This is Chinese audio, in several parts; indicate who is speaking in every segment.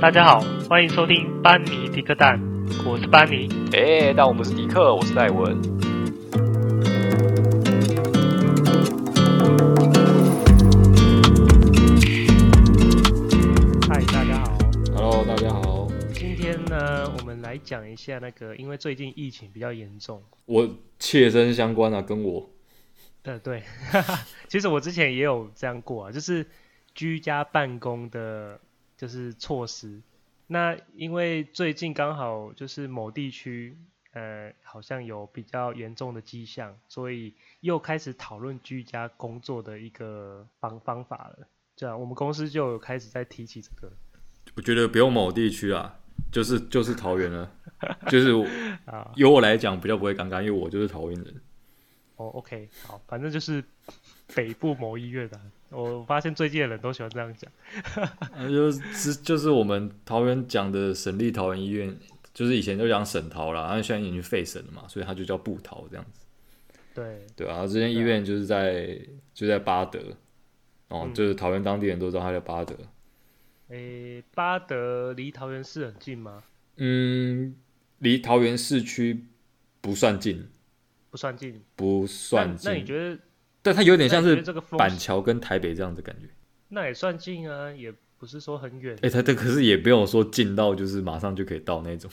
Speaker 1: 大家好，欢迎收听班尼迪克蛋，我是班尼。
Speaker 2: 哎、那我们是迪克，我是戴文。
Speaker 1: 嗨，大家好。
Speaker 3: Hello，大家好。
Speaker 1: 今天呢，我们来讲一下那个，因为最近疫情比较严重，
Speaker 3: 我切身相关啊，跟我
Speaker 1: 呃，对， 其实我之前也有这样过啊，就是居家办公的，就是措施。那因为最近刚好就是某地区，呃，好像有比较严重的迹象，所以又开始讨论居家工作的一个方方法了。对啊，我们公司就有开始在提起这个。
Speaker 3: 我觉得不用某地区啊，就是就是桃园了， 就是 我
Speaker 1: 啊
Speaker 3: 由我来讲比较不会尴尬，因为我就是桃园人。
Speaker 1: 哦，OK，好，反正就是 北部某医院的啊。我发现最近的人都喜欢这样讲。
Speaker 3: 啊、就是就是我们桃园讲的省立桃园医院，就是以前就讲省桃啦，然后啊现在已经废省了嘛，所以它就叫布桃这样子。
Speaker 1: 对，
Speaker 3: 对啊，然后这间医院就是在、就在巴德，哦，
Speaker 1: 嗯
Speaker 3: 就是桃园当地人都知道它叫巴德。
Speaker 1: 诶，巴德离桃园市很近吗？
Speaker 3: 嗯，离桃园市区不算近，
Speaker 1: 不算近。
Speaker 3: 不算
Speaker 1: 那。那你
Speaker 3: 近，
Speaker 1: 觉得？
Speaker 3: 但它有点
Speaker 1: 那
Speaker 3: 像
Speaker 1: 你觉
Speaker 3: 是
Speaker 1: 得这个风
Speaker 3: 板桥跟台北这样的感觉。
Speaker 1: 那也算近啊，也不是说很远
Speaker 3: 哎、他这可是也没有说近到就是马上就可以到那种。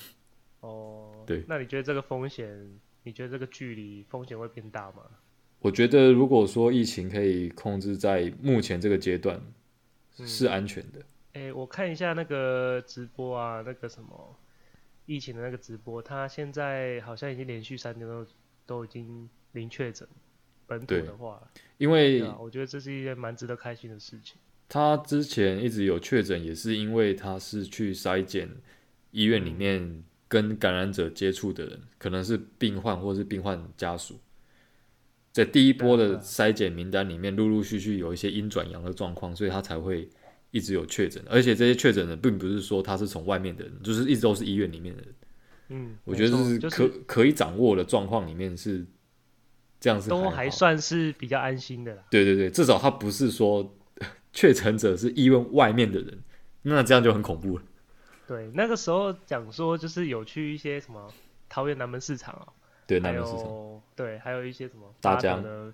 Speaker 1: 哦。
Speaker 3: 对
Speaker 1: 那你觉得这个风险？你觉得这个距离风险会变大吗？
Speaker 3: 我觉得如果说疫情可以控制在目前这个阶段，
Speaker 1: 嗯
Speaker 3: 是安全的。
Speaker 1: 诶，我看一下那个直播啊，那个什么疫情的那个直播，他现在好像已经连续三天都都已经零确诊，本土
Speaker 3: 对
Speaker 1: 的话，
Speaker 3: 因
Speaker 1: 对
Speaker 3: 为
Speaker 1: 啊，我觉得这是一件蛮值得开心的事情。
Speaker 3: 他之前一直有确诊，也是因为他是去筛检医院里面跟感染者接触的人，可能是病患或是病患家属。在第一波
Speaker 1: 对啊
Speaker 3: 的
Speaker 1: 对啊
Speaker 3: 筛检名单里面，陆陆续续有一些阴转阳的状况，所以他才会一直有确诊。而且这些确诊人并不是说他是从外面的人，就是一直都是医院里面的人。
Speaker 1: 嗯，
Speaker 3: 我觉得
Speaker 1: 没
Speaker 3: 这
Speaker 1: 错
Speaker 3: 是可、
Speaker 1: 就是
Speaker 3: 可以掌握的状况里面是这样是
Speaker 1: 都
Speaker 3: 还
Speaker 1: 还
Speaker 3: 好
Speaker 1: 算是比较安心的啦。
Speaker 3: 对对对，至少他不是说确诊者是医院外面的人，那这样就很恐怖了。
Speaker 1: 对，那个时候讲说就是有去一些什么桃园南门市场啊、
Speaker 3: 对，
Speaker 1: 还
Speaker 3: 南门市场，
Speaker 1: 有对，还有一些什么
Speaker 3: 大
Speaker 1: 巴德
Speaker 3: 江
Speaker 1: 的，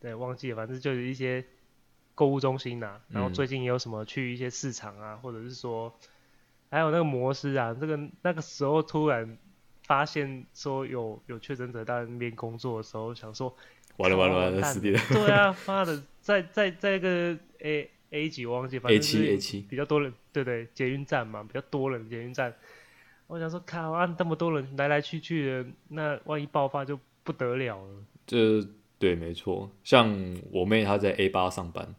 Speaker 1: 对，忘记了，反正就是一些购物中心呐、然后
Speaker 3: 嗯
Speaker 1: 最近也有什么去一些市场啊，或者是说还有那个摩斯啊，这个那个时候突然发现说有有确诊者在那边工作的时候，想说
Speaker 3: 完了
Speaker 1: 靠
Speaker 3: 完了完
Speaker 1: 蛋
Speaker 3: 了，死定 了。
Speaker 1: 对啊，妈的，在在在一个 A A 几我忘记，反
Speaker 3: A
Speaker 1: 正就是
Speaker 3: 七 A 七，
Speaker 1: 比较多人，对对，捷运站嘛，比较多人的捷运站。我想说，靠啊，那么多人来来去去的，那万一爆发就不得了了。
Speaker 3: 这对没错。像我妹她在 A 八上班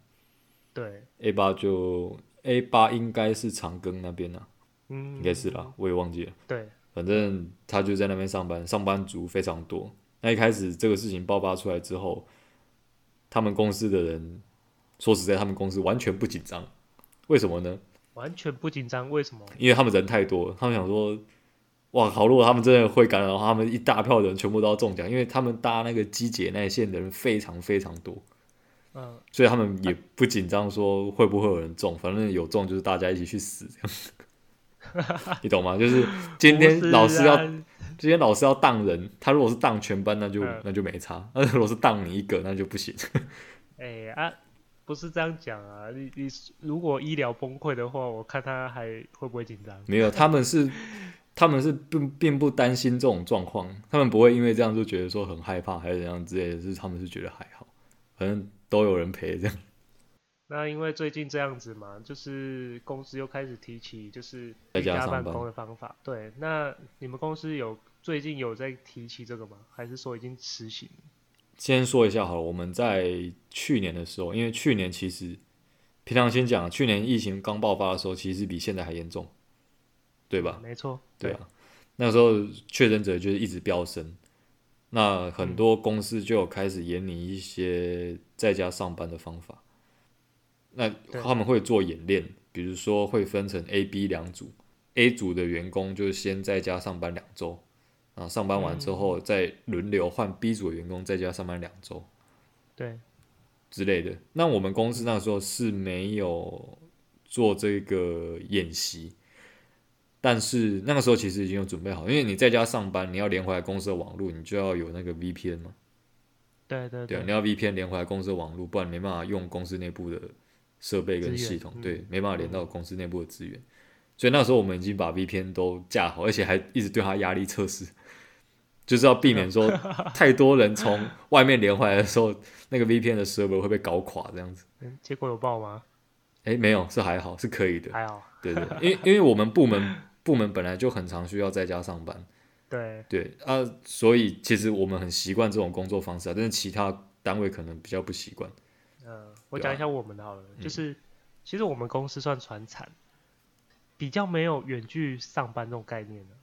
Speaker 1: 对，
Speaker 3: ，A 八就 A 八应该是长庚那边啊，
Speaker 1: 嗯，
Speaker 3: 应该是啦，我也忘记了。
Speaker 1: 对，
Speaker 3: 反正他就在那边上班，上班族非常多。那一开始这个事情爆发出来之后，他们公司的人说实在，他们公司完全不紧张，为什么呢？
Speaker 1: 完全不紧张，为什么？
Speaker 3: 因为他们人太多，他们想说，哇靠！如果他们真的会感染的话，他们一大票人全部都要中奖，因为他们搭那个机姐那一线的人非常非常多，
Speaker 1: 嗯，
Speaker 3: 所以他们也不紧张，说会不会有人中，反正有中就是大家一起去死 这样。你懂吗？就是今
Speaker 1: 不
Speaker 3: 天
Speaker 1: 是
Speaker 3: 老师要
Speaker 1: 啊
Speaker 3: 今天老师要当人，他如果是当全班，那就、
Speaker 1: 嗯
Speaker 3: 那就没差；那如果是当你一个，那就不行。
Speaker 1: 哎啊，不是这样讲啊，你你如果医疗崩溃的话，我看他还会不会紧张？
Speaker 3: 没有，他们是他们是并并不担心这种状况，他们不会因为这样就觉得说很害怕还是怎样之类的，是他们是觉得还好，反正都有人陪这样。
Speaker 1: 那因为最近这样子嘛，就是公司又开始提起就是
Speaker 3: 在
Speaker 1: 居
Speaker 3: 家
Speaker 1: 家
Speaker 3: 上
Speaker 1: 办
Speaker 3: 班
Speaker 1: 公的方法。对，那你们公司有最近有在提起这个吗？还是说已经实行了？
Speaker 3: 先说一下好了，我们在去年的时候，因为去年其实平常先讲，去年疫情刚爆发的时候，其实比现在还严重，对吧？
Speaker 1: 没错，
Speaker 3: 对啊，那时候确诊者就是一直飙升，那很多公司就有开始研拟一些在家上班的方法。那
Speaker 1: 对
Speaker 3: 他们会做演练，比如说会分成 A、B 两组，A 组的员工就先在家上班两周，然后上班完之后再轮流换 B 组的员工在家上班两周
Speaker 1: 对，
Speaker 3: 之类的。那我们公司那时候是没有做这个演习，但是那个时候其实已经有准备好，因为你在家上班，你要连回来公司的网络，你就要有那个 VPN 嘛，
Speaker 1: 对对
Speaker 3: 对啊，你要 VPN 连回来公司的网络，不然没办法用公司内部的设备跟
Speaker 1: 资源
Speaker 3: 系统，
Speaker 1: 嗯
Speaker 3: 对，没办法连到公司内部的资源。所以那时候我们已经把 VPN 都架好，而且还一直对它压力测试， 就是要避免说太多人从外面连回来的时候，那个 VPN 的 server 会被搞垮这样子。
Speaker 1: 嗯结果有报吗？
Speaker 3: 哎，没有，是还好，是可以的。
Speaker 1: 还好，
Speaker 3: 对对，因为因为我们部门部门本来就很常需要在家上班，
Speaker 1: 对，
Speaker 3: 对啊，所以其实我们很习惯这种工作方式啊，但是其他单位可能比较不习惯。
Speaker 1: 嗯，我
Speaker 3: 对啊
Speaker 1: 讲一下我们的好了，就是其实我们公司算传产，比较没有远距上班这种概念的。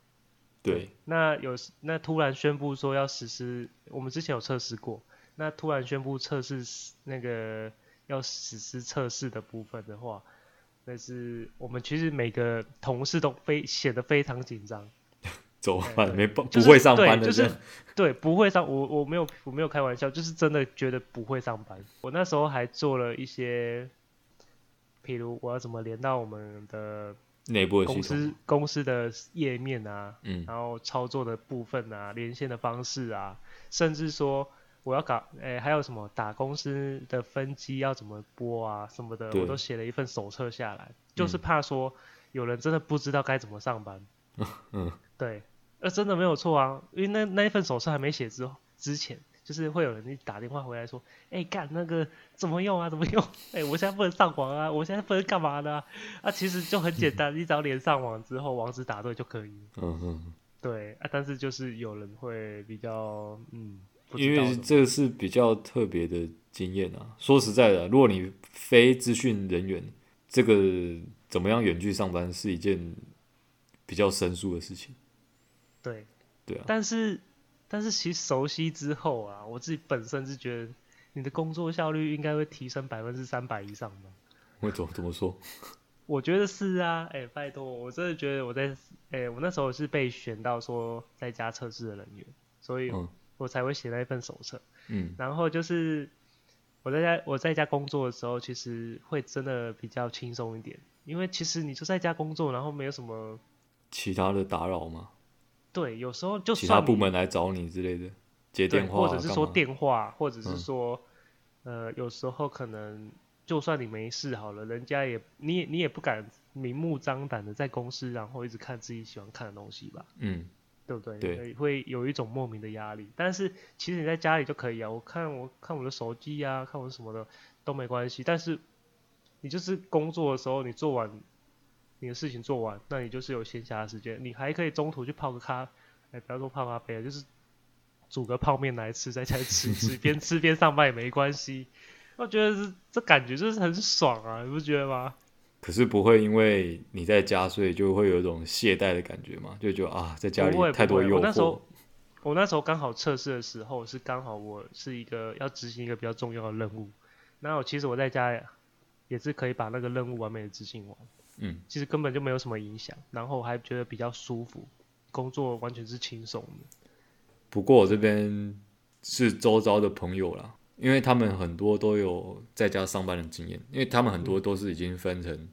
Speaker 3: 对，
Speaker 1: 那有时那突然宣布说要实施，我们之前有测试过，那突然宣布测试是那个要实施测试的部分的话，那是我们其实每个同事都非显得非常紧张，
Speaker 3: 怎么办？
Speaker 1: 对
Speaker 3: 没不
Speaker 1: 就是
Speaker 3: 不会上班
Speaker 1: 对
Speaker 3: 的
Speaker 1: 就是
Speaker 3: 这样
Speaker 1: 对，不会上，我我没有我没有开玩笑，就是真的觉得不会上班。我那时候还做了一些，譬如我要怎么连到我们的
Speaker 3: 内部的系
Speaker 1: 公
Speaker 3: 统
Speaker 1: 司，公司的页面啊，
Speaker 3: 嗯，
Speaker 1: 然后操作的部分啊，连线的方式啊，甚至说我要搞，诶、还有什么打公司的分机要怎么播啊什么的，
Speaker 3: 对嗯
Speaker 1: 我都写了一份手册下来，就是怕说有人真的不知道该怎么上班。
Speaker 3: 嗯，
Speaker 1: 对，呃，真的没有错啊，因为那那一份手册还没写之后之前。就是会有人打电话回来说：“哎、干那个怎么用啊？怎么用？ 哎、我现在不能上网啊！我现在不能干嘛的啊？”啊，其实就很简 单，你只要连上网之后，网址打对就可以了。
Speaker 3: 嗯嗯，
Speaker 1: 对啊，但是就是有人会比较嗯，不知
Speaker 3: 因
Speaker 1: 道
Speaker 3: 为
Speaker 1: 怎么
Speaker 3: 这个是比较特别的经验啊。说实在的啊，如果你非资讯人员，这个怎么样远距上班是一件比较生疏的事情。
Speaker 1: 对
Speaker 3: 对啊
Speaker 1: 但是但是其实熟悉之后啊，我自己本身是觉得你的工作效率应该会提升百分之三百以上吧。
Speaker 3: 我怎么怎么说？
Speaker 1: 我觉得是啊，哎、拜托，我真的觉得我在，哎、我那时候是被选到说在家测试的人员，所以
Speaker 3: 嗯
Speaker 1: 我才会写那一份手册。
Speaker 3: 嗯
Speaker 1: 然后就是我在家我在家工作的时候，其实会真的比较轻松一点，因为其实你就在家工作，然后没有什么
Speaker 3: 其他的打扰吗？
Speaker 1: 对，有时候就
Speaker 3: 其他
Speaker 1: 算
Speaker 3: 部
Speaker 1: 你
Speaker 3: 门来找你之类的，接
Speaker 1: 对
Speaker 3: 电话、啊，
Speaker 1: 或者是
Speaker 3: 干
Speaker 1: 说
Speaker 3: 嘛
Speaker 1: 电话，或者是
Speaker 3: 嗯
Speaker 1: 说、呃，有时候可能就算你没事好了，人家也你也你也不敢明目张胆的在公司，然后一直看自己喜欢看的东西吧，
Speaker 3: 嗯。
Speaker 1: 对不对？
Speaker 3: 对
Speaker 1: 所以会有一种莫名的压力。但是其实你在家里就可以啊，我看我看我的手机啊，看我什么的都没关系。但是你就是工作的时候，你做完你的事情做完，那你就是有闲暇的时间，你还可以中途去泡个咖，哎，不要说泡咖啡了，就是煮个泡面来吃，在家里吃一吃，边吃边上班也没关系。我觉得是这感觉就是很爽啊，你不觉得吗？
Speaker 3: 可是不会因为你在家，所以就会有一种懈怠的感觉嘛？就觉得啊，在家
Speaker 1: 不会
Speaker 3: 里太多
Speaker 1: 不会
Speaker 3: 诱
Speaker 1: 我那时
Speaker 3: 惑
Speaker 1: 候，我那时候刚好测试的时候是刚好我是一个要执行一个比较重要的任务，那我其实我在家也是可以把那个任务完美的执行完，
Speaker 3: 嗯，
Speaker 1: 其实根本就没有什么影响，然后还觉得比较舒服，工作完全是轻松的。
Speaker 3: 不过我这边是周遭的朋友啦，因为他们很多都有在家上班的经验，因为他们很多都是已经分成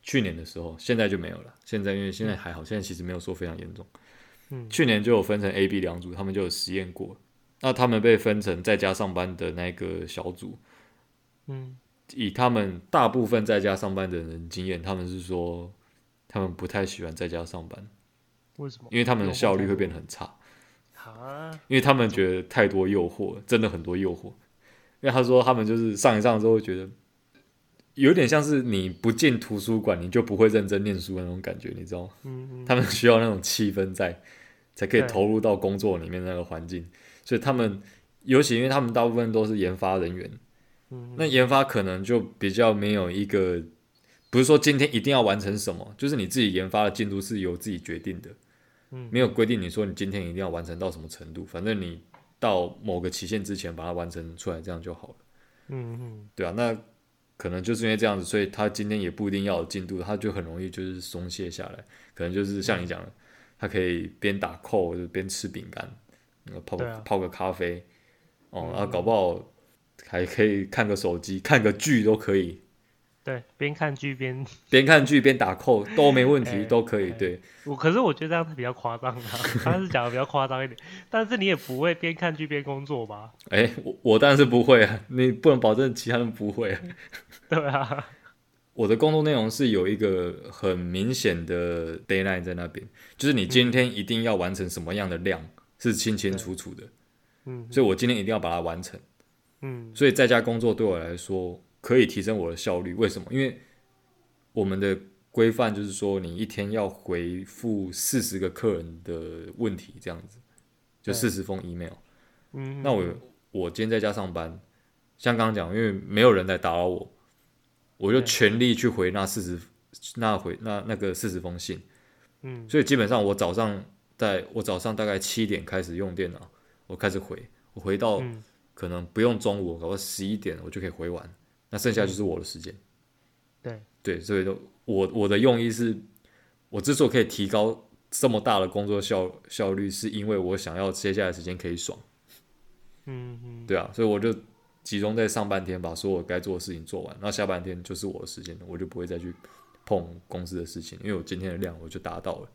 Speaker 3: 去年的时候，现在就没有了。现在因为现在还好，现在其实没有说非常严重。
Speaker 1: 嗯，
Speaker 3: 去年就有分成 A、B 两组，他们就有实验过。那他们被分成在家上班的那个小组，
Speaker 1: 嗯，
Speaker 3: 以他们大部分在家上班的人经验，他们是说他们不太喜欢在家上班，
Speaker 1: 为什么？
Speaker 3: 因为他们的效率会变得很差，
Speaker 1: 啊，
Speaker 3: 因为他们觉得太多诱惑，真的很多诱惑。因为他说他们就是上一上之后会觉得，有点像是你不进图书馆你就不会认真念书的那种感觉，你知道吗？
Speaker 1: 嗯嗯，
Speaker 3: 他们需要那种气氛在， 才可以
Speaker 1: 对
Speaker 3: 投入到工作里面那个环境。所以他们，尤其因为他们大部分都是研发人员，
Speaker 1: 嗯
Speaker 3: 那研发可能就比较没有一个，不是说今天一定要完成什么，就是你自己研发的进度是由自己决定的，
Speaker 1: 嗯
Speaker 3: 没有规定你说你今天一定要完成到什么程度，反正你到某个期限之前把它完成出来，这样就好了，
Speaker 1: 嗯嗯，
Speaker 3: 对啊，那可能就是因为这样子，所以他今天也不一定要有进度，他就很容易就是松懈下来，可能就是像
Speaker 1: 嗯
Speaker 3: 你讲的，他可以边打扣就边吃饼干，呃泡
Speaker 1: 对啊嗯
Speaker 3: 泡个咖啡，啊哦，然后搞不好还可以看个手机、看个剧都可以。
Speaker 1: 对，边看剧边
Speaker 3: 边看剧边打扣都没问题，
Speaker 1: 哎
Speaker 3: 都可以。
Speaker 1: 哎
Speaker 3: 对，
Speaker 1: 我，可是我觉得这样比较夸张啊，他是讲的比较夸张一点，但是你也不会边看剧边工作吧？
Speaker 3: 哎，我我当然是不会啊，你不能保证其他人不会啊。
Speaker 1: 对啊，
Speaker 3: 我的工作内容是有一个很明显的 d a y l i n e 在那边，就是你今天一定要完成什么样的量、是清清楚楚的，
Speaker 1: 嗯
Speaker 3: 所以我今天一定要把它完成。
Speaker 1: 嗯
Speaker 3: 所以在家工作对我来说可以提升我的效率，为什么？因为我们的规范就是说，你一天要回复四十个客人的问题，这样子，
Speaker 1: 对
Speaker 3: 就四十封 email。
Speaker 1: 嗯，
Speaker 3: 那我我今天在家上班，像刚刚讲，因为没有人来打扰我，我就
Speaker 1: 对
Speaker 3: 全力去回那四十那回那那个四十封信，
Speaker 1: 嗯
Speaker 3: 所以基本上我早上在我早上大概七点开始用电脑，我开始回，我回到
Speaker 1: 嗯
Speaker 3: 可能不用中午，搞到十一点我就可以回完，那剩下就是我的时间。
Speaker 1: 嗯对
Speaker 3: 对，所以说我我的用意是，我之所以可以提高这么大的工作效效率，是因为我想要接下来的时间可以爽。
Speaker 1: 嗯嗯，
Speaker 3: 对啊，所以我就集中在上半天把所有该做的事情做完，然后下半天就是我的时间了，我就不会再去碰公司的事情，因为我今天的量我就达到了，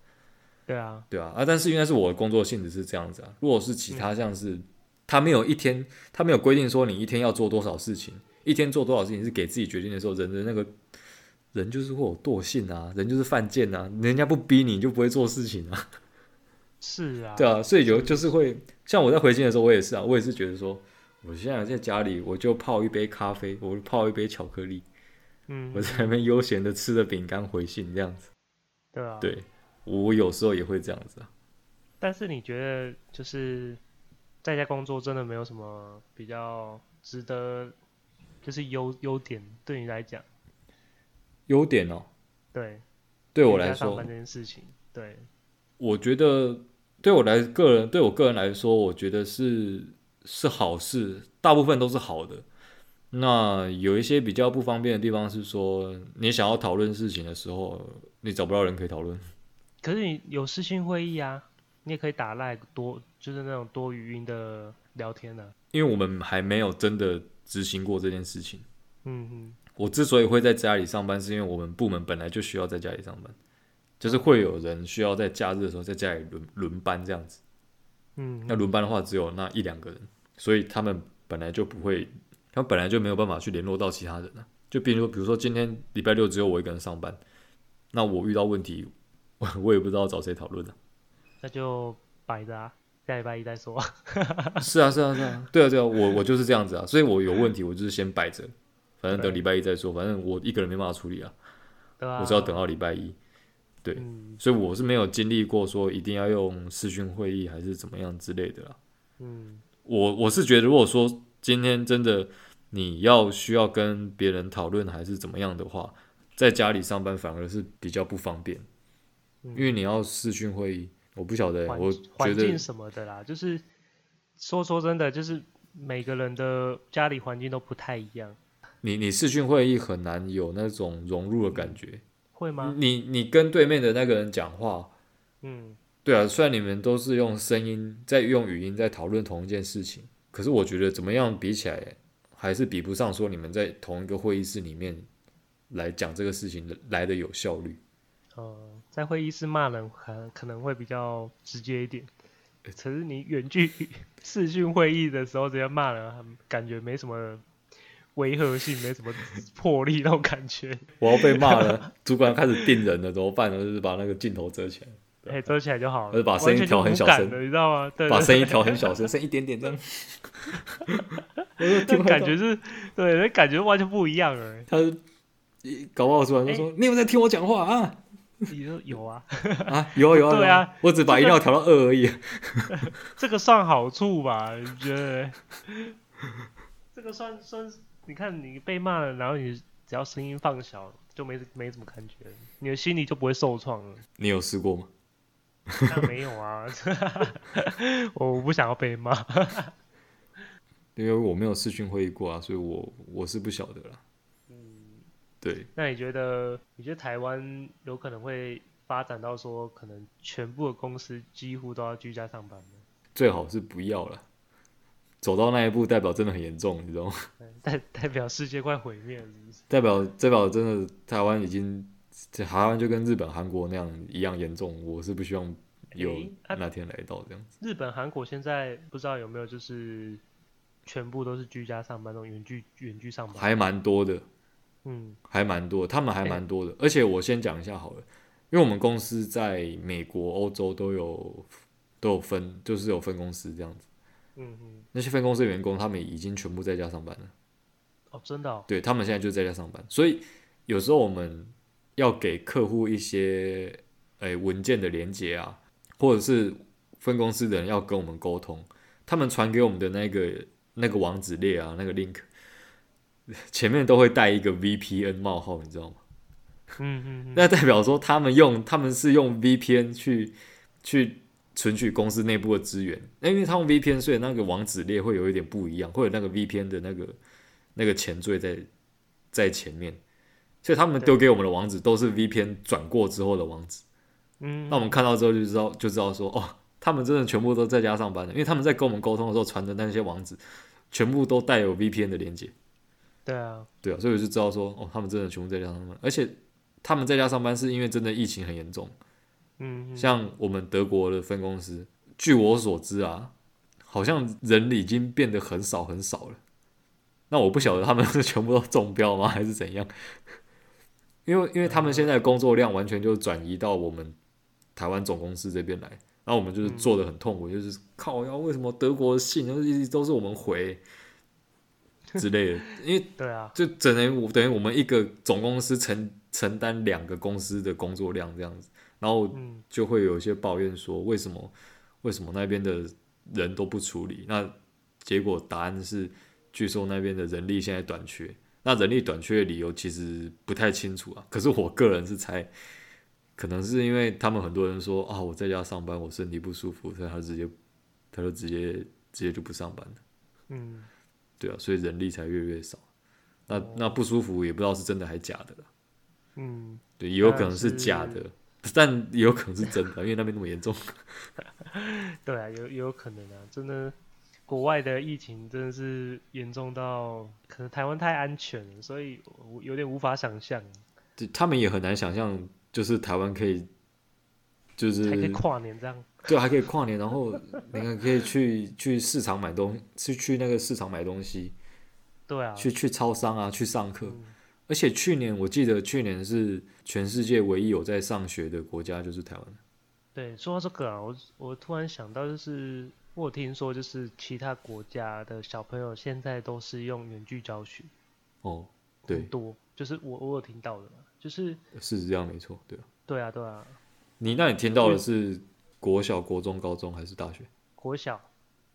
Speaker 1: 对啊，
Speaker 3: 对啊，啊，但是应该是我的工作性质是这样子啊，如果是其他像是、他没有一天，他没有规定说你一天要做多少事情，一天做多少事情是给自己决定的时候，人的那个。人就是会有惰性啊，人就是犯贱啊，人家不逼你，你就不会做事情啊。
Speaker 1: 是啊，
Speaker 3: 对啊，所以有就是会，像我在回信的时候，我也是啊，我也是觉得说，我现在在家里，我就泡一杯咖啡，我就泡一杯巧克力，
Speaker 1: 嗯
Speaker 3: 我在那边悠闲的吃着饼干回信这样子。
Speaker 1: 对啊，
Speaker 3: 对，我有时候也会这样子啊。
Speaker 1: 但是你觉得就是在家工作真的没有什么比较值得，就是优优点对你来讲，
Speaker 3: 优点哦，
Speaker 1: 对
Speaker 3: 对我
Speaker 1: 在家
Speaker 3: 来
Speaker 1: 上
Speaker 3: 说
Speaker 1: 班，这件事情，对，
Speaker 3: 我觉得对我来个人，对我个人来说，我觉得是是好事，大部分都是好的。那有一些比较不方便的地方是说，你想要讨论事情的时候，你找不到人可以讨论。
Speaker 1: 可是你有视讯会议啊，你也可以打赖多，就是那种多语音的聊天呢、啊，
Speaker 3: 因为我们还没有真的执行过这件事情。
Speaker 1: 嗯嗯，
Speaker 3: 我之所以会在家里上班，是因为我们部门本来就需要在家里上班，就是会有人需要在假日的时候在家里轮轮班这样子。
Speaker 1: 嗯，
Speaker 3: 那轮班的话，只有那一两个人，所以他们本来就不会，他们本来就没有办法去联络到其他人了、就比如说，比如说今天礼拜六只有我一个人上班，那我遇到问题， 我我也不知道找谁讨论啊。
Speaker 1: 那就摆着啊，下礼拜一再说。
Speaker 3: 是啊，是啊，是啊，对啊，对啊，我我就是这样子啊，所以我有问题，我就是先摆着，反正等
Speaker 1: 对
Speaker 3: 礼拜一再说，反正我一个人没办法处理啊，
Speaker 1: 对啊，
Speaker 3: 我是要等到礼拜一，对
Speaker 1: 嗯
Speaker 3: 所以我是没有经历过说一定要用视讯会议还是怎么样之类的啦。
Speaker 1: 嗯，
Speaker 3: 我我是觉得，如果说今天真的你要需要跟别人讨论还是怎么样的话，在家里上班反而是比较不方便，
Speaker 1: 嗯
Speaker 3: 因为你要视讯会议，我不晓得、
Speaker 1: 环
Speaker 3: 我觉
Speaker 1: 环
Speaker 3: 得
Speaker 1: 境什么的啦，就是说说真的，就是每个人的家里环境都不太一样，
Speaker 3: 你你视讯会议很难有那种融入的感觉。
Speaker 1: 会吗？
Speaker 3: 你你跟对面的那个人讲话，
Speaker 1: 嗯
Speaker 3: 对啊，虽然你们都是用声音在用语音在讨论同一件事情，可是我觉得怎么样比起来，还是比不上说你们在同一个会议室里面来讲这个事情的来的有效率。
Speaker 1: 呃，在会议室骂人可能可能会比较直接一点，可是你远距视讯会议的时候直接骂人，很感觉没什么违和性，没什么魄力那种感 觉。
Speaker 3: 我要被 骂了，主管开始定人了，怎么办呢？就是把那个镜头遮起来，对
Speaker 1: 哎、遮起来就好
Speaker 3: 而且
Speaker 1: 了，
Speaker 3: 把
Speaker 1: 完
Speaker 3: 声音
Speaker 1: 全就
Speaker 3: 调很
Speaker 1: 无
Speaker 3: 小
Speaker 1: 感
Speaker 3: 声
Speaker 1: 的，你知道吗？对，
Speaker 3: 把
Speaker 1: 对
Speaker 3: 声音调很小声，声一点点 这样。我就
Speaker 1: 对
Speaker 3: 听不
Speaker 1: 感
Speaker 3: 到
Speaker 1: 觉是，对，那感觉完全不一样了。
Speaker 3: 他是搞不好主管就
Speaker 1: 哎
Speaker 3: 说：“你有没有在听我讲话啊？”
Speaker 1: 你说有啊，
Speaker 3: 啊，有啊有啊，
Speaker 1: 对
Speaker 3: 有
Speaker 1: 啊，
Speaker 3: 我只把
Speaker 1: 这
Speaker 3: 音
Speaker 1: 个
Speaker 3: 量调到二而已。
Speaker 1: 这个算好处吧？你觉得嘞？这个算算是，你看你被骂了，然后你只要声音放小，就没没怎么感觉，你的心里就不会受创 了。
Speaker 3: 你有试过吗？
Speaker 1: 那没有啊， 我不想要被骂。
Speaker 3: 因为我没有视讯会议过啊，所以我我是不晓得啦。
Speaker 1: 嗯
Speaker 3: 对，
Speaker 1: 那你觉得，你觉得台湾有可能会发展到说，可能全部的公司几乎都要居家上班吗？
Speaker 3: 最好是不要了。走到那一步，代表真的很严重，你知道吗？
Speaker 1: 代代表世界快毁灭了，是不是？
Speaker 3: 代表代表真的台湾已经，台湾就跟日本、韩国那样一样严重，我是不希望有
Speaker 1: 诶啊
Speaker 3: 那天来到这样子。
Speaker 1: 日本、韩国现在不知道有没有就是全部都是居家上班那种远距远距上班，
Speaker 3: 还蛮多的，
Speaker 1: 嗯
Speaker 3: 还蛮多，他们还蛮多的。而且我先讲一下好了，因为我们公司在美国、欧洲都有都有分，就是有分公司这样子。
Speaker 1: 嗯嗯，
Speaker 3: 那些分公司的员工，他们已经全部在家上班了。
Speaker 1: 哦，真的、哦，
Speaker 3: 对他们现在就在家上班，所以有时候我们要给客户一些诶、文件的连接啊，或者是分公司的人要跟我们沟通，他们传给我们的那个那个网址列啊，那个 link 前面都会带一个 VPN 冒号，你知道吗？
Speaker 1: 嗯嗯嗯，
Speaker 3: 那代表说他们用他们是用 VPN 去去存取公司内部的资源，那因为他用 VPN，所以那个网址列会有一点不一样，会有那个 VPN 的那个那个前缀在在前面，所以他们
Speaker 1: 对
Speaker 3: 丢给我们的网址都是 VPN 转过之后的网址。
Speaker 1: 嗯，
Speaker 3: 那我们看到之后就知道就知道说哦，他们真的全部都在家上班的，因为他们在跟我们沟通的时候传的那些网址全部都带有 VPN 的连接。
Speaker 1: 对啊，
Speaker 3: 对啊，所以我就知道说，哦，他们真的全部在家上班，而且他们在家上班是因为真的疫情很严重。
Speaker 1: 嗯，嗯
Speaker 3: 像我们德国的分公司，据我所知啊，好像人已经变得很少很少了。那我不晓得他们 是全部都中标吗，还是怎样？因为因为他们现在的工作量完全就转移到我们台湾总公司这边来，然后我们就是做的很痛苦，就是靠要为什么德国的信都是一直都是我们回之类的，因为
Speaker 1: 对啊，
Speaker 3: 就等于我等于我们一个总公司承承担两个公司的工作量这样子，然后
Speaker 1: 嗯
Speaker 3: 就会有一些抱怨说为什么为什么那边的人都不处理？那结果答案是，据说那边的人力现在短缺。那人力短缺的理由其实不太清楚啊，可是我个人是猜，可能是因为他们很多人说啊我在家上班，我身体不舒服，所以他直接他就直接直接就不上班了。
Speaker 1: 嗯，
Speaker 3: 对啊，所以人力才越来越少。那
Speaker 1: 哦
Speaker 3: 那不舒服也不知道是真的还假的啦，
Speaker 1: 嗯，
Speaker 3: 对，也有可能是假的，但也有可能是真 的，因为那边那么严重。
Speaker 1: 对啊，有有可能啊，真的，国外的疫情真的是严重到，可能台湾太安全了，所以我有点无法想象，
Speaker 3: 对他们也很难想象，就是台湾可以，就是
Speaker 1: 还可以跨年这样，
Speaker 3: 对，还可以跨年，然后那个可以去去市场买东去去那个市场买东西，
Speaker 1: 对啊，
Speaker 3: 去去超商啊，去上课。
Speaker 1: 嗯
Speaker 3: 而且去年我记得去年是全世界唯一有在上学的国家就是台湾。
Speaker 1: 对，说到这个啊，我我突然想到，就是我有听说，就是其他国家的小朋友现在都是用远距教学，
Speaker 3: 哦，
Speaker 1: 很
Speaker 3: 对，
Speaker 1: 多，就是我我有听到的嘛，就是
Speaker 3: 是这样没错，对啊。
Speaker 1: 对啊对啊，
Speaker 3: 你那你听到的是国小、国中、高中还是大学？
Speaker 1: 国小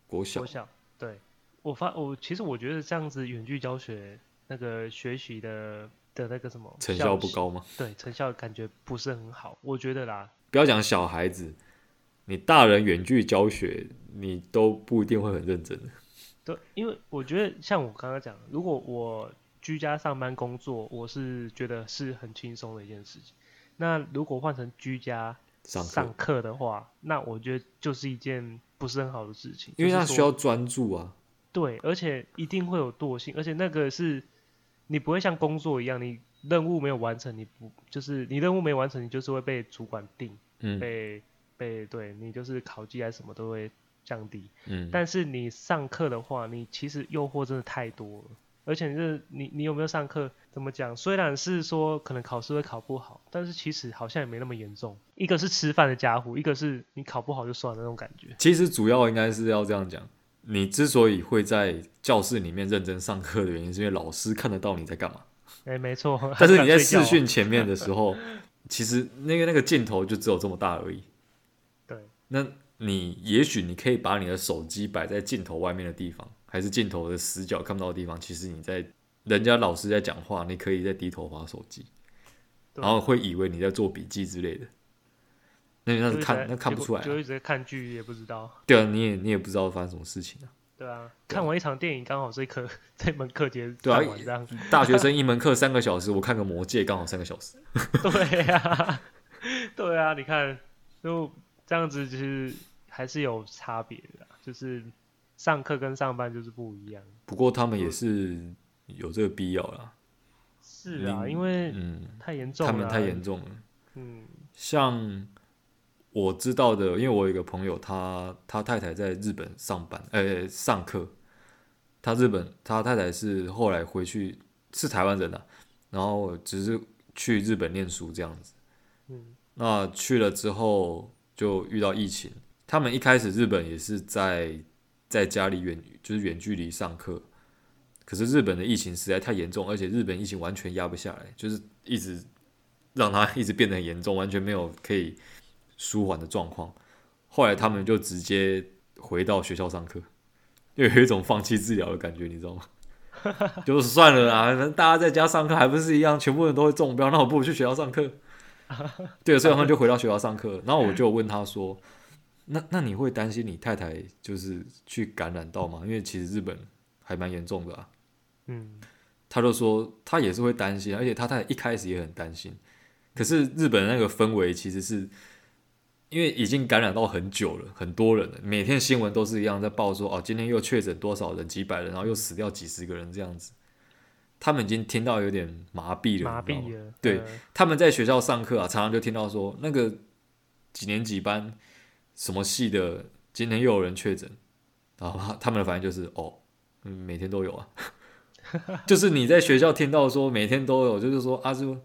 Speaker 3: 国小
Speaker 1: 国小，对我发我其实我觉得这样子远距教学那个学习的的那个什么
Speaker 3: 成效不，高吗？
Speaker 1: 对成效感觉不是很好，我觉得啦，
Speaker 3: 不要讲小孩子，你大人远距教学，你都不一定会很认真的。
Speaker 1: 对，因为我觉得像我刚刚讲，如果我居家上班工作，我是觉得是很轻松的一件事情。那如果换成居家
Speaker 3: 上课，
Speaker 1: 上课的话，那我觉得就是一件不是很好的事情，
Speaker 3: 因为
Speaker 1: 就是
Speaker 3: 他
Speaker 1: 说
Speaker 3: 需要专注啊。
Speaker 1: 对，而且一定会有惰性，而且那个是你不会像工作一样，你任务没有完成，你不就是你任务没完成，你就是会被主管定，
Speaker 3: 嗯
Speaker 1: 被被对你就是考绩还是什么都会降低。
Speaker 3: 嗯，
Speaker 1: 但是你上课的话，你其实诱惑真的太多了。而且你这你你有没有上课？怎么讲？虽然是说可能考试会考不好，但是其实好像也没那么严重。一个是吃饭的家伙，一个是你考不好就算了那种感觉。
Speaker 3: 其实主要应该是要这样讲：你之所以会在教室里面认真上课的原因，是因为老师看得到你在干嘛。
Speaker 1: 哎，没错。
Speaker 3: 但是你在
Speaker 1: 还 想
Speaker 3: 视
Speaker 1: 睡觉
Speaker 3: 讯前面的时候，其实那个那个镜头就只有这么大而已。
Speaker 1: 对，
Speaker 3: 那你也许你可以把你的手机摆在镜头外面的地方，还是镜头的死角看不到的地方。其实你在人家老师在讲话，你可以在低头划手机，
Speaker 1: 对
Speaker 3: 然后会以为你在做笔记之类的。那那
Speaker 1: 就是一直
Speaker 3: 看
Speaker 1: 在
Speaker 3: 那看
Speaker 1: 结
Speaker 3: 不
Speaker 1: 果
Speaker 3: 出来啊、
Speaker 1: 就一直在看剧也不知道。
Speaker 3: 对啊，你也你也不知道发生什么事情啊。
Speaker 1: 对啊，看完一场电影，刚好这一 课这门课结
Speaker 3: 对啊
Speaker 1: 上完这样。
Speaker 3: 大学生一门课三个小时，我看个《魔戒》刚好三个小时。
Speaker 1: 对啊， 对啊，你看，就这样子，其实还是有差别的啊，就是上课跟上班就是不一样。
Speaker 3: 不过他们也是有这个必要啦。
Speaker 1: 是啊，
Speaker 3: 零
Speaker 1: 因为
Speaker 3: 嗯，
Speaker 1: 太严重了、啊
Speaker 3: 他们太严。重了。
Speaker 1: 嗯
Speaker 3: 像我知道的，因为我有一个朋友，他他太太在日本上班，呃、上课。他日本，他太太是后来回去是台湾人啊，然后只是去日本念书这样子。
Speaker 1: 嗯
Speaker 3: 那去了之后就遇到疫情，他们一开始日本也是在在家里远就是远距离上课，可是日本的疫情实在太严重，而且日本疫情完全压不下来，就是一直让它一直变得很严重，完全没有可以舒缓的状况。后来他们就直接回到学校上课，又有一种放弃治疗的感觉，你知道吗？就是算了啦，反正大家在家上课还不是一样，全部人都会中标，那我不如去学校上课。对，所以他们就回到学校上课。然后我就问他说：“那那你会担心你太太就是去感染到吗？因为其实日本还蛮严重的啊。
Speaker 1: 嗯，”
Speaker 3: 他就说他也是会担心，而且他太太一开始也很担心。可是日本那个氛围其实是因为已经感染到很久了，很多人了，每天新闻都是一样在报说哦，今天又确诊多少人，几百人，然后又死掉几十个人这样子。他们已经听到有点麻痹了，
Speaker 1: 麻
Speaker 3: 你知道吗
Speaker 1: 痹了。
Speaker 3: 对
Speaker 1: 呃
Speaker 3: 他们在学校上课啊，常常就听到说那个几年几班什么系的，今天又有人确诊，然后他他们的反应就是哦，嗯，每天都有啊， 就是你在学校听到说每天都有，就是说啊，就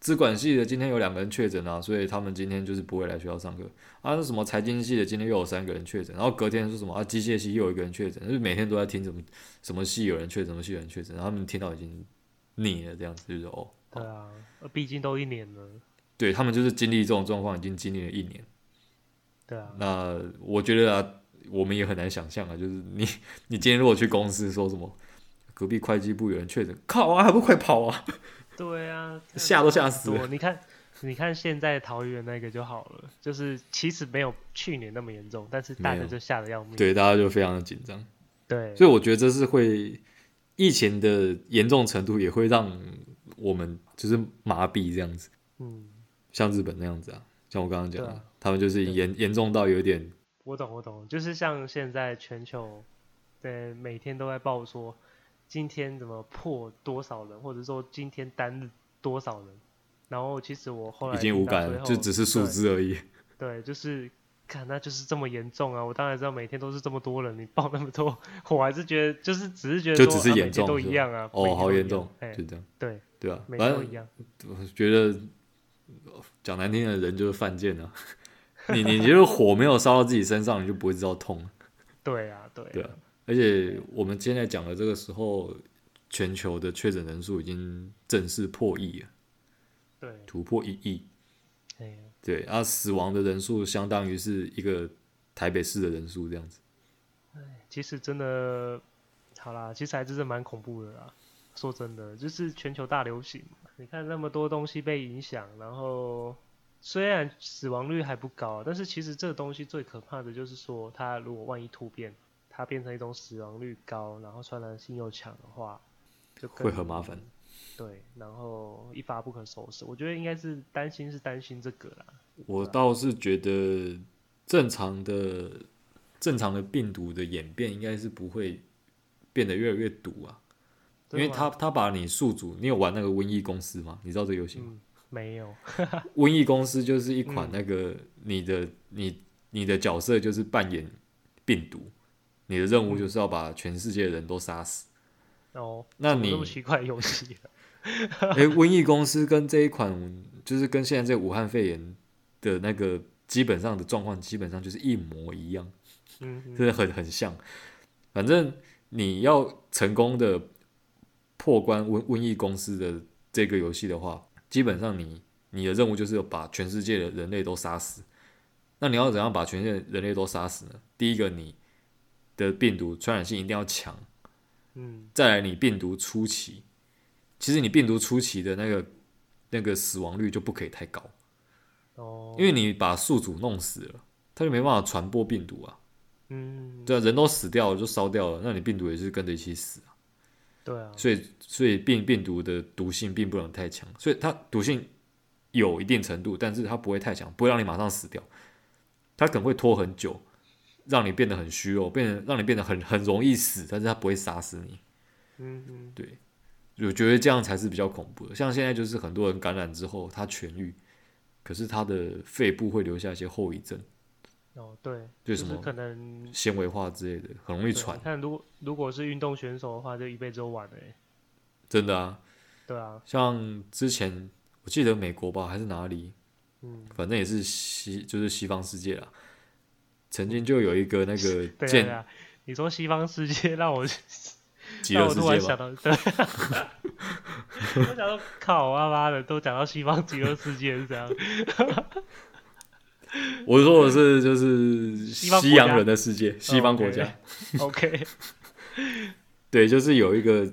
Speaker 3: 资管系的今天有两个人确诊啊，所以他们今天就是不会来学校上课啊。是什么财经系的今天又有三个人确诊，然后隔天说什么啊，机械系又有一个人确诊，就是每天都在听什么什么系有人确诊，什么系有人确诊，然后他们听到已经腻了，这样子就是哦。
Speaker 1: 对啊，呃毕竟都一年了。
Speaker 3: 对他们就是经历这种状况，已经经历了一年。
Speaker 1: 对啊，
Speaker 3: 那我觉得啊，我们也很难想象啊，就是你你今天如果去公司说什么，隔壁会计部有人确诊，靠啊，还不快跑啊，
Speaker 1: 对啊，真的
Speaker 3: 吓都吓死
Speaker 1: 多。
Speaker 3: 了。
Speaker 1: 你看，你看现在桃园那个就好了，就是其实没有去年那么严重，但是大
Speaker 3: 没
Speaker 1: 家
Speaker 3: 有
Speaker 1: 就吓得要命。
Speaker 3: 对，大家就非常的紧张，
Speaker 1: 对，
Speaker 3: 所以我觉得这是会疫情的严重程度也会让我们就是麻痹这样子，
Speaker 1: 嗯，
Speaker 3: 像日本那样子啊，像我刚刚讲的，
Speaker 1: 对啊
Speaker 3: 他们就是严严重到有点
Speaker 1: 我懂，我懂，就是像现在全球，对，每天都在报说今天怎么破多少人，或者说今天单日多少人，然后其实我后来
Speaker 3: 已经
Speaker 1: 听
Speaker 3: 无
Speaker 1: 到
Speaker 3: 感
Speaker 1: 最
Speaker 3: 了，
Speaker 1: 后
Speaker 3: 就只是数字而已。
Speaker 1: 对，对，就是。看，那就是这么严重啊！我当然知道每天都是这么多人，你报那么多， 我还是觉得就是只是觉得
Speaker 3: 就
Speaker 1: 说
Speaker 3: 只是
Speaker 1: 啊每
Speaker 3: 严
Speaker 1: 天
Speaker 3: 重
Speaker 1: 都
Speaker 3: 是
Speaker 1: 一
Speaker 3: 吧
Speaker 1: 样啊。每
Speaker 3: 哦，
Speaker 1: 天
Speaker 3: 好
Speaker 1: 都一
Speaker 3: 严
Speaker 1: 样
Speaker 3: 重
Speaker 1: 哎，
Speaker 3: 就这样，
Speaker 1: 对，
Speaker 3: 对啊，
Speaker 1: 每
Speaker 3: 反
Speaker 1: 天
Speaker 3: 正
Speaker 1: 都一样。
Speaker 3: 我觉得呃讲难听的人就是犯贱啊。 你你觉得火没有烧到自己身上，你就不会知道痛。
Speaker 1: 对啊，对啊
Speaker 3: 对啊，而且我们现在讲的这个时候，全球的确诊人数已经正式破亿了，
Speaker 1: 对，
Speaker 3: 突破一亿。
Speaker 1: 哎呀，
Speaker 3: 对，啊，死亡的人数相当于是一个台北市的人数这样子。
Speaker 1: 其实真的，好啦，其实还真是蛮恐怖的啦。说真的，就是全球大流行嘛，你看那么多东西被影响，然后虽然死亡率还不高，但是其实这个东西最可怕的就是说，它如果万一突变，它变成一种死亡率高，然后传染性又强的话，就更
Speaker 3: 会很麻烦。
Speaker 1: 对，然后一发不可收拾。我觉得应该是担心是担心这个啦。
Speaker 3: 我倒是觉得正常的正常的病毒的演变应该是不会变得越来越毒啊，因
Speaker 1: 真的
Speaker 3: 为
Speaker 1: 吗
Speaker 3: 他他把你宿主，你有玩那个瘟疫公司吗？你知道这个游戏吗？
Speaker 1: 嗯没有，
Speaker 3: 瘟疫公司就是一款
Speaker 1: 嗯
Speaker 3: 那个你的、你你的角色就是扮演病毒，你的任务就是要把全世界的人都杀死。
Speaker 1: 哦，
Speaker 3: 那
Speaker 1: 怎么
Speaker 3: 你
Speaker 1: 这么奇怪的游戏啊？
Speaker 3: 诶，瘟疫公司跟这一款就是跟现在这个武汉肺炎的那个基本上的状况基本上就是一模一样。
Speaker 1: 嗯嗯
Speaker 3: 真的很很像。反正你要成功的破关瘟瘟疫公司的这个游戏的话，基本上你你的任务就是要把全世界的人类都杀死。那你要怎样把全世界人类都杀死呢？第一个，你的病毒传染性一定要强；
Speaker 1: 嗯，
Speaker 3: 再来，你病毒初期，其实你病毒初期的那个那个死亡率就不可以太高，
Speaker 1: 哦，
Speaker 3: 因为你把宿主弄死了，他就没办法传播病毒啊。
Speaker 1: 嗯，
Speaker 3: 对啊，人都死掉了，就烧掉了，那你病毒也是跟着一起死啊。
Speaker 1: 对啊，
Speaker 3: 所以，所以病病毒的毒性并不能太强，所以它毒性有一定程度，但是它不会太强，不会让你马上死掉，它可能会拖很久，让你变得很虚弱，变得让你变得很很容易死，但是它不会杀死你。
Speaker 1: 嗯嗯，
Speaker 3: 对，我觉得这样才是比较恐怖的。像现在就是很多人感染之后他痊愈，可是他的肺部会留下一些后遗症，
Speaker 1: 哦对，
Speaker 3: 就
Speaker 1: 就
Speaker 3: 什
Speaker 1: 是
Speaker 3: 么
Speaker 1: 可能
Speaker 3: 纤维化之类的，很容易
Speaker 1: 对
Speaker 3: 喘
Speaker 1: 你。看，如果如果是运动选手的话，就一辈子都 完了欸、
Speaker 3: 真的啊，
Speaker 1: 对啊，
Speaker 3: 像之前我记得美国吧还是哪里，
Speaker 1: 嗯，
Speaker 3: 反正也是西就是西方世界啦，曾经就有一个那个
Speaker 1: 对啊
Speaker 3: 健
Speaker 1: 对啊。你说西方世界让我
Speaker 3: 极
Speaker 1: 让
Speaker 3: 乐
Speaker 1: 我
Speaker 3: 世
Speaker 1: 突然
Speaker 3: 界
Speaker 1: 想
Speaker 3: 吧，
Speaker 1: 到，对， 我想到靠啊妈的，都讲到西方极乐世界是这样，
Speaker 3: 我说的是就是
Speaker 1: 西方国
Speaker 3: 西
Speaker 1: 家哦
Speaker 3: 洋人的世界， 西方国家。
Speaker 1: OK，
Speaker 3: 对，就是有一个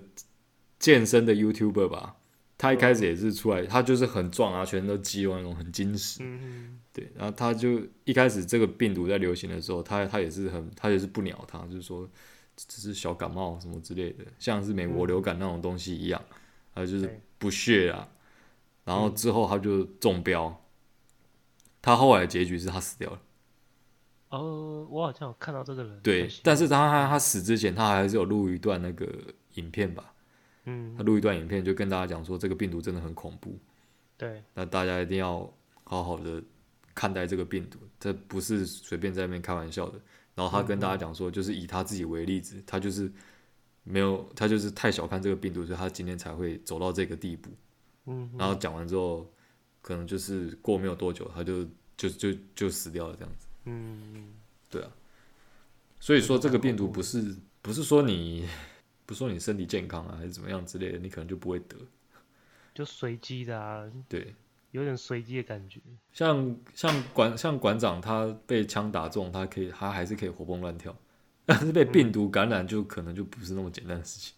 Speaker 3: 健身的 YouTuber 吧，他一开
Speaker 1: 哦
Speaker 3: 始也是出来，他就是很壮啊，全身都肌肉那种，很精实。
Speaker 1: 嗯，
Speaker 3: 对，然后他就一开始这个病毒在流行的时候，他他也是很，他也是不鸟他，就是说只是小感冒什么之类的，像是美国流感那种东西一样，他就是
Speaker 1: 嗯对嗯
Speaker 3: 不屑啊。然后之后他就中标，他后来的结局是他死掉了。
Speaker 1: 哦，我好像有看到这个人，
Speaker 3: 对
Speaker 1: 可惜，
Speaker 3: 但是他他他死之前，他还是有录一段那个影片吧，
Speaker 1: 嗯
Speaker 3: 他，录一段影片，就跟大家讲说这个病毒真的很恐怖，
Speaker 1: 对，
Speaker 3: 那大家一定要好好的看待这个病毒，这不是随便在那边开玩笑的。然后他跟大家讲说，就是以他自己为例子，他就是没有，他就是太小看这个病毒，所以他今天才会走到这个地步。
Speaker 1: 嗯，
Speaker 3: 然后讲完之后，可能就是过没有多久，他就就就就死掉了这样子。
Speaker 1: 嗯，
Speaker 3: 对啊，所以说这个病毒
Speaker 1: 这个蛮恐怖的
Speaker 3: 不是不是说你不是说你身体健康啊还是怎么样之类的，你可能就不会得。
Speaker 1: 就随机的啊，
Speaker 3: 对，
Speaker 1: 有点随机的感觉，
Speaker 3: 像像馆像馆长他被枪打中，他可以他还是可以活蹦乱跳， 但是被病毒感染就可能就不是那么简单的事情。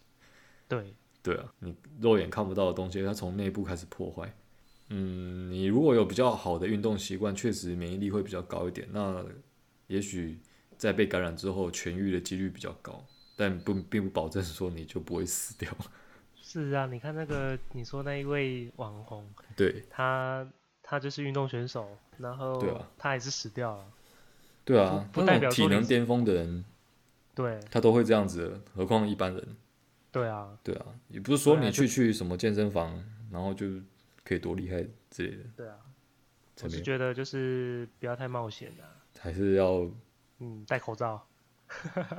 Speaker 1: 对，
Speaker 3: 对啊，你肉眼看不到的东西，它从内部开始破坏。嗯，你如果有比较好的运动习惯，确实免疫力会比较高一点。那也许在被感染之后痊愈的几率比较高，但不并不保证说你就不会死掉。
Speaker 1: 是啊，你看那个你说那一位网红，
Speaker 3: 对
Speaker 1: 他他就是运动选手，然后
Speaker 3: 对啊
Speaker 1: 他还是死掉了，
Speaker 3: 对啊，
Speaker 1: 不不代
Speaker 3: 那
Speaker 1: 表
Speaker 3: 种
Speaker 1: 说
Speaker 3: 体
Speaker 1: 你
Speaker 3: 能巅峰的人，
Speaker 1: 对
Speaker 3: 他都会这样子的，何况一般人。
Speaker 1: 对啊，
Speaker 3: 对啊，也不是说
Speaker 1: 对啊
Speaker 3: 你
Speaker 1: 就
Speaker 3: 去去什么健身房，然后就可以多厉害之类的，
Speaker 1: 对啊，
Speaker 3: 才
Speaker 1: 我
Speaker 3: 没
Speaker 1: 是
Speaker 3: 有，
Speaker 1: 觉得就是不要太冒险啊，
Speaker 3: 还是要
Speaker 1: 嗯，戴口罩。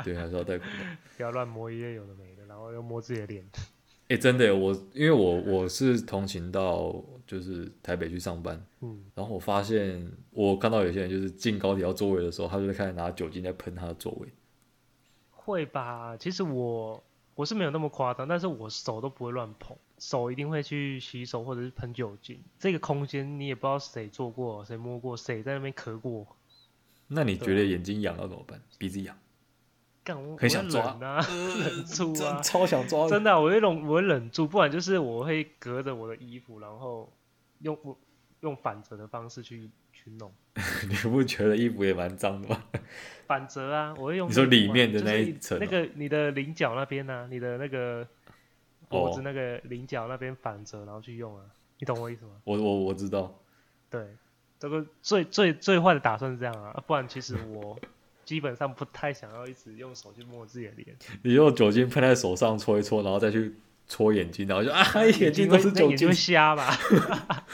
Speaker 3: 对，还是要戴口罩。
Speaker 1: 不要乱摸一些有的没的，然后又摸自己的脸。
Speaker 3: 哎、真的耶，我因为我我是同行到就是台北去上班，
Speaker 1: 嗯，
Speaker 3: 然后我发现我看到有些人就是进高铁要座位的时候，他就会开始拿酒精在喷他的座位。
Speaker 1: 会吧？其实我我是没有那么夸张，但是我手都不会乱碰，手一定会去洗手或者是喷酒精。这个空间你也不知道谁做过，谁摸过，谁在那边咳过。
Speaker 3: 那你觉
Speaker 1: 对
Speaker 3: 得
Speaker 1: 啊
Speaker 3: 眼睛痒要怎么办？鼻子痒，
Speaker 1: 干我，我
Speaker 3: 很
Speaker 1: 会
Speaker 3: 想
Speaker 1: 忍
Speaker 3: 抓
Speaker 1: 啊，忍住啊，
Speaker 3: 超想抓
Speaker 1: 真的啊、我会忍，我会忍住，不然就是我会隔着我的衣服，然后用我用反折的方式去去弄。
Speaker 3: 你不觉得衣服也蛮脏的吗？
Speaker 1: 反折啊，我会用
Speaker 3: 你说
Speaker 1: 内裤啊
Speaker 3: 里面的
Speaker 1: 就
Speaker 3: 那
Speaker 1: 是
Speaker 3: 一层
Speaker 1: 那
Speaker 3: 哦
Speaker 1: 个你的菱角那边呢、啊，你的那个脖子
Speaker 3: 哦
Speaker 1: 那个菱角那边反折，然后去用啊，你懂我意思吗？
Speaker 3: 我我我知道，
Speaker 1: 对，这个最最最坏的打算是这样啊，不然其实我基本上不太想要一直用手去摸自己的脸，
Speaker 3: 你用酒精喷在手上搓一搓，然后再去搓眼睛，然后就啊， 眼睛都是
Speaker 1: 会那
Speaker 3: 酒
Speaker 1: 眼睛
Speaker 3: 精
Speaker 1: 会。瞎吧？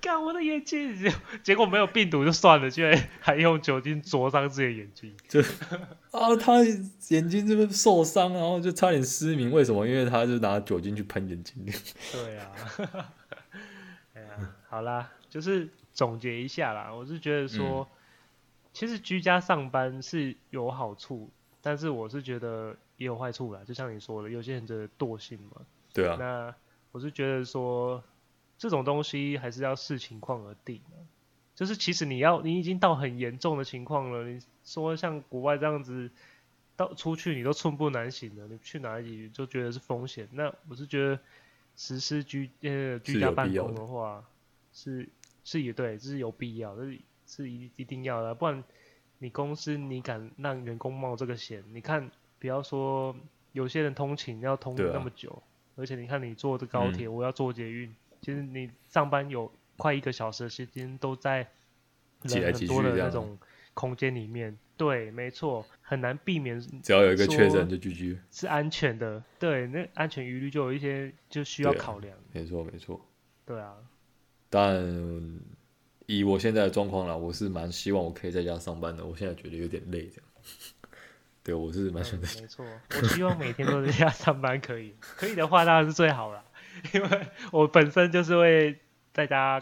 Speaker 1: 干我的眼睛，结果没有病毒就算了，居然还用酒精灼伤自己的眼睛。
Speaker 3: 啊，他眼睛这边受伤，然后就差点失明。为什么？因为他就拿酒精去喷眼睛。
Speaker 1: 对啊， 哎呀，好啦，就是总结一下啦，我是觉得说，
Speaker 3: 嗯
Speaker 1: 其实居家上班是有好处，但是我是觉得也有坏处啦。就像你说的，有些人的惰性嘛，
Speaker 3: 对啊，
Speaker 1: 那我是觉得说，这种东西还是要视情况而定啊就是其实你要你已经到很严重的情况了，你说像国外这样子，到出去你都寸步难行了，你去哪里就觉得是风险。那我是觉得实施居呃居家
Speaker 3: 有必
Speaker 1: 办
Speaker 3: 要
Speaker 1: 公
Speaker 3: 的
Speaker 1: 的话，是是也对，这是有必要，这是是一一定要的啊，不然你公司你敢让员工冒这个险，你看不要说有些人通勤要通
Speaker 3: 对啊
Speaker 1: 那么久，而且你看你坐的
Speaker 3: 嗯
Speaker 1: 高铁，我要坐捷运，其实你上班有快一个小时的时间都在
Speaker 3: 挤来
Speaker 1: 人
Speaker 3: 挤
Speaker 1: 很
Speaker 3: 去
Speaker 1: 多的
Speaker 3: 这
Speaker 1: 那
Speaker 3: 样啊
Speaker 1: 种空间里面，对，没错，很难避免
Speaker 3: 只要有一个
Speaker 1: 说
Speaker 3: 确诊就 GG，
Speaker 1: 是安全的。对，那安全疑虑就有一些就需要
Speaker 3: 对啊
Speaker 1: 考量。
Speaker 3: 没错没错。
Speaker 1: 对啊，
Speaker 3: 但以我现在的状况啦，我是蛮希望我可以在家上班的。我现在觉得有点累，这样。 对，我是蛮想
Speaker 1: 嗯没错，我希望每天都在家 上班，可以，可以的话当然是最好了，因为我本身就是会在家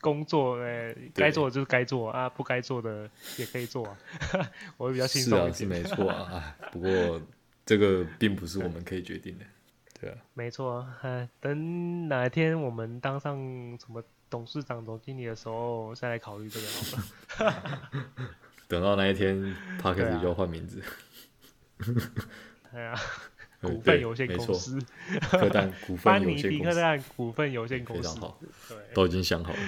Speaker 1: 工作，呃，该做的就是该做啊，不该做的也可以做、啊， 我会比较轻
Speaker 3: 是
Speaker 1: 松一
Speaker 3: 啊，是
Speaker 1: 点。
Speaker 3: 没 错啊。哎，不过这个并不是我们可以决定的。对啊，
Speaker 1: 没错，呃，等哪天我们当上什么董事长、总经理的时候，再来考虑这个好了。
Speaker 3: 等到那一天 p o c
Speaker 1: 对
Speaker 3: a
Speaker 1: 啊
Speaker 3: s t 就要换名字，
Speaker 1: 哎呀，
Speaker 3: 呃
Speaker 1: 股份
Speaker 3: 对
Speaker 1: 有限
Speaker 3: 没
Speaker 1: 公
Speaker 3: 错，
Speaker 1: 司，
Speaker 3: 科蛋股 份
Speaker 1: 班
Speaker 3: 有
Speaker 1: 尼
Speaker 3: 限
Speaker 1: 迪
Speaker 3: 公
Speaker 1: 克
Speaker 3: 司
Speaker 1: 蛋股份有限
Speaker 3: 非
Speaker 1: 公
Speaker 3: 常
Speaker 1: 司，嗯
Speaker 3: 好，
Speaker 1: 对，
Speaker 3: 都已经想好了，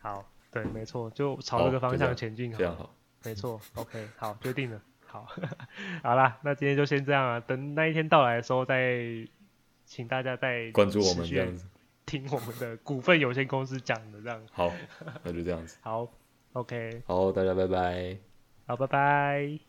Speaker 1: 好，对，没错，就朝
Speaker 3: 好
Speaker 1: 这个方
Speaker 3: 就这
Speaker 1: 向
Speaker 3: 样
Speaker 1: 前进好
Speaker 3: 非
Speaker 1: 了
Speaker 3: 常。好。
Speaker 1: 没错，OK，好，决定了，好， 好啦，那今天就先这样啊，等那一天到来的时候再，请大家再
Speaker 3: 关注我
Speaker 1: 持
Speaker 3: 们
Speaker 1: 续
Speaker 3: 这样子，
Speaker 1: 听我们的股份有限公司讲的这样，
Speaker 3: 好，那就这样子。
Speaker 1: 好，OK，
Speaker 3: 好，大家拜拜。
Speaker 1: 好，拜拜。